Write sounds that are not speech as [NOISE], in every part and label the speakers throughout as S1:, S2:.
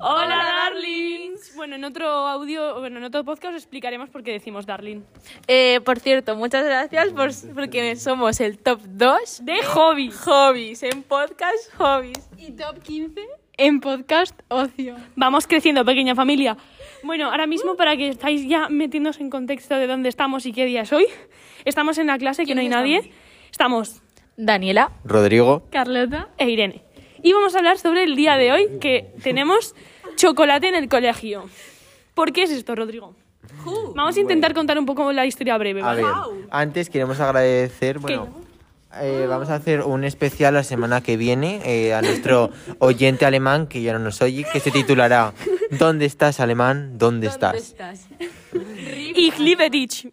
S1: Hola, darlings. Bueno, en otro audio, bueno, en otro podcast os explicaremos por qué decimos darling.
S2: Eh, por cierto, muchas gracias por, porque somos el top 2
S1: De hobby.
S2: hobbies, en podcast hobbies.
S3: Y top 15 en podcast ocio.
S1: Vamos creciendo, pequeña familia. Bueno, ahora mismo para que estáis ya metiéndonos en contexto de dónde estamos y qué día es hoy, estamos en la clase que no hay nadie. Estamos
S2: Daniela,
S4: Rodrigo,
S3: Carlota.
S1: e Irene. Y vamos a hablar sobre el día de hoy que tenemos chocolate en el colegio. ¿Por qué es esto, Rodrigo? Vamos a intentar contar un poco la historia breve.
S4: a
S1: ¿vale?
S4: ver, antes queremos agradecer,
S1: ¿Qué?
S4: bueno, eh, vamos a hacer un especial la semana que viene eh,
S1: [LAUGHS]
S4: a nuestro oyente alemán que ya no nos oye, que se titulará ¿Dónde estás, alemán? ¿Dónde, estás?
S1: Y Klipetich.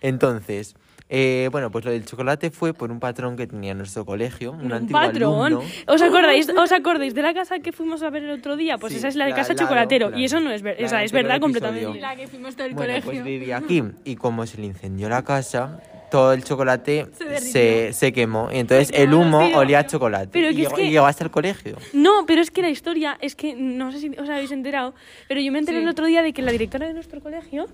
S4: Entonces, eh, bueno, pues lo del chocolate fue por un patrón que tenía nuestro colegio, un,
S1: Un
S4: antiguo
S1: patrón.
S4: alumno. [LAUGHS]
S1: ¿Os acordáis, ¿Os acordáis de la casa que fuimos a ver el otro día? Pues
S4: Sí,
S1: esa es la de
S4: la-
S1: Casa
S4: la-
S1: Chocolatero.
S4: la-
S1: y eso no es, ver-
S4: la-
S1: o sea, es
S4: la-
S1: verdad
S4: el
S1: completamente.
S4: episodio.
S3: La que fuimos del
S4: Bueno,
S3: colegio.
S4: pues vivía aquí y como se le incendió la casa, todo el chocolate se, se, quemó. Y entonces el humo
S1: pero-
S4: olía a chocolate
S1: pero
S4: y,
S1: que es
S4: llegó,
S1: que-
S4: y llegó hasta el colegio.
S1: No, pero es que la historia es que no sé si os habéis enterado, pero yo me enteré el otro día de que la directora de nuestro colegio,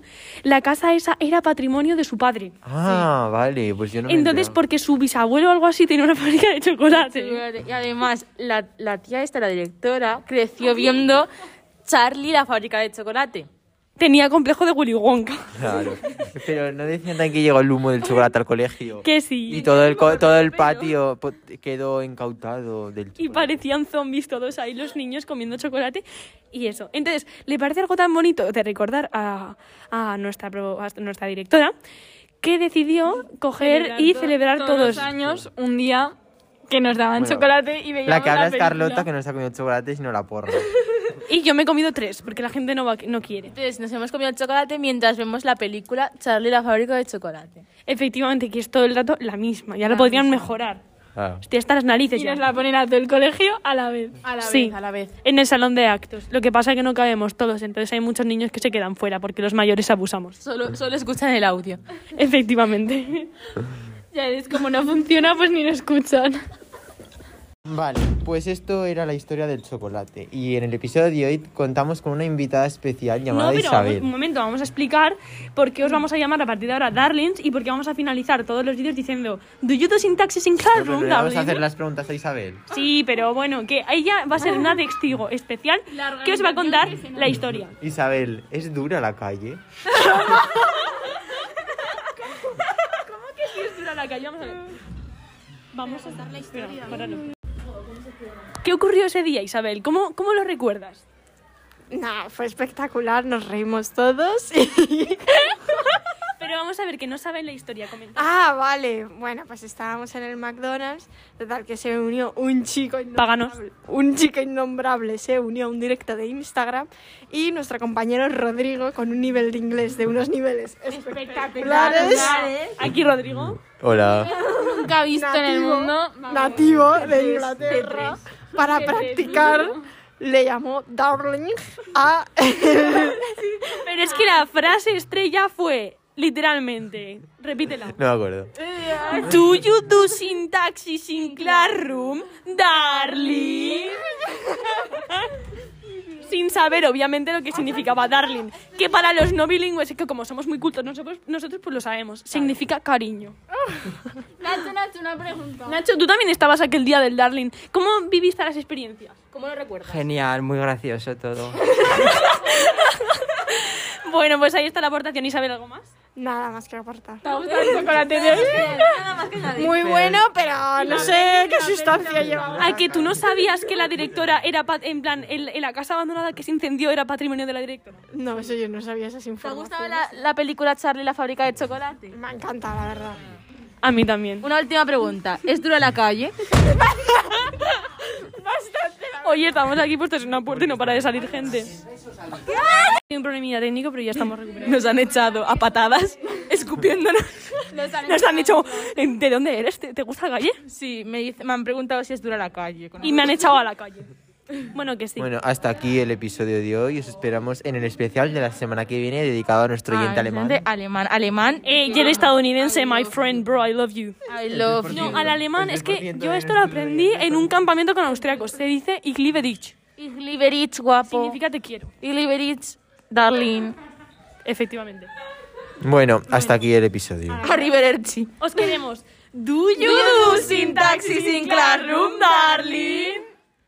S1: la casa esa era patrimonio de su padre.
S4: Ah, vale, pues yo no me he
S1: Entonces,
S4: enterado.
S1: porque su bisabuelo o algo así tenía una fábrica de chocolate.
S2: Y además, la, la tía esta, la directora, creció viendo Charlie la fábrica de chocolate.
S1: Tenía complejo de Willy Wonka.
S4: Claro. Pero no decían tan que llegó el humo del chocolate al colegio.
S1: Que sí.
S4: Y todo el, co- todo el patio po- quedó incautado del chocolate.
S1: Y parecían zombies todos ahí, los niños comiendo chocolate y eso. Entonces, ¿le parece algo tan bonito de recordar a, a nuestra, pro- a nuestra directora que decidió coger y celebrar
S3: los
S1: todos?
S3: años un día que nos daban
S4: Bueno,
S3: chocolate y veíamos
S4: La que habla es
S3: película.
S4: Carlota, que no se ha comido chocolate, sino la
S1: [LAUGHS]
S4: porra.
S1: Y yo me he comido tres, porque la gente no, va, no quiere.
S2: Entonces, nos hemos comido el chocolate mientras vemos la película Charlie la fábrica de chocolate.
S1: Efectivamente, que es todo el rato la misma, ya la podrían mejorar.
S4: Claro.
S1: Hostia, hasta las narices
S3: Y
S1: ya.
S3: nos la ponen a todo el colegio a la vez.
S2: A la
S1: Sí.
S2: vez, a la vez.
S1: En el salón de actos. Lo que pasa es que no cabemos todos, entonces hay muchos niños que se quedan fuera porque los mayores abusamos.
S2: Solo, solo escuchan el audio.
S1: Efectivamente.
S3: Ya es como no funciona, pues ni lo escuchan.
S4: Vale, pues esto era la historia del chocolate. Y en el episodio de hoy contamos con una invitada especial llamada
S1: No, pero vamos- un
S4: Isabel.
S1: momento, vamos a explicar por qué os vamos a llamar a partir de ahora Darlings y por qué vamos a finalizar todos los vídeos diciendo Do you do syntaxis in
S4: Pero
S1: classroom,
S4: primero Vamos a hacer
S1: darling?"
S4: las preguntas a Isabel.
S1: Sí, pero bueno, que ella va a ser una testigo especial que os va a contar la [LAUGHS] historia.
S4: Isabel, ¿es dura la calle?
S1: Vamos a contar la historia. ¿Qué ocurrió ese día, Isabel? ¿Cómo, cómo lo recuerdas?
S5: Nah, fue espectacular, nos reímos todos.
S1: Pero vamos a ver que no saben la historia, comenta.
S5: ah, vale. Bueno, pues estábamos en el McDonald's, total que se unió un chico innombrable.
S1: Páganos.
S5: Un chico innombrable se unió a un directo de Instagram y nuestro compañero Rodrigo con un nivel de inglés de unos niveles espectaculares.
S1: Aquí Rodrigo. [LAUGHS]
S4: Hola.
S3: Nunca visto en el
S5: Nativo.
S3: mundo.
S5: nativo de Inglaterra para practicar le llamó darling a [LAUGHS]
S1: Pero es que la frase estrella fue, literalmente, repítela.
S3: [LAUGHS]
S4: No me acuerdo.
S1: Do you do syntaxis in classroom, darling? Sin saber, obviamente, lo que significaba darling. Que para los no bilingües, que como somos muy cultos, nosotros, nosotros pues lo sabemos. Significa cariño.
S3: [LAUGHS] Nacho, Nacho, una pregunta.
S1: Nacho, tú también estabas aquel día del darling. ¿Cómo viviste las experiencias?
S2: ¿Cómo lo recuerdas?
S6: Genial, muy gracioso todo.
S1: Bueno, pues ahí está la aportación. Isabel, ¿algo más?
S5: nada más que aportar.
S3: ¿Te gusta el chocolate de hoy?
S5: [LAUGHS] Muy bueno, pero no sé qué sustancia llevaba.
S1: ¿A que tú no sabías que la directora era, pat- en plan, el- el- la casa abandonada que se incendió era patrimonio de la directora?
S5: No, eso yo no sabía esas
S2: ¿Te
S5: informaciones.
S2: gustaba la, la película Charlie la fábrica de chocolate?
S5: Me encanta, la verdad.
S1: A mí también.
S2: Una última pregunta. ¿Es dura la calle?
S1: Oye, estamos aquí puestos en una puerta y no para de salir gente. Hay un problemilla técnico, pero ya estamos recuperados.
S2: Nos han echado a patadas, escupiéndonos.
S1: Nos han dicho, "Eh, ¿de dónde eres? ¿Te, te gusta la calle?
S2: Sí, me, dice- me han preguntado si es dura la calle. con-
S1: Y me han echado a la calle. Bueno, que sí.
S4: Bueno, hasta aquí el episodio de hoy. Os esperamos en el especial de la semana que viene dedicado a nuestro oyente
S2: Ah,
S4: alemán.
S2: de Alemán. Alemán.
S1: Eh, y el estadounidense, my friend, bro, I love you.
S2: I love you.
S1: No, al alemán es que yo esto lo aprendí en un campamento con austriacos. Se dice Ich liebe dich.
S2: Y Liberich, guapo.
S1: Significa te quiero,
S2: Y Liberich, darling.
S1: efectivamente.
S4: Bueno, hasta aquí el episodio.
S2: Arrivederci.
S1: Os queremos. Do you do sin taxi, sin clarumba?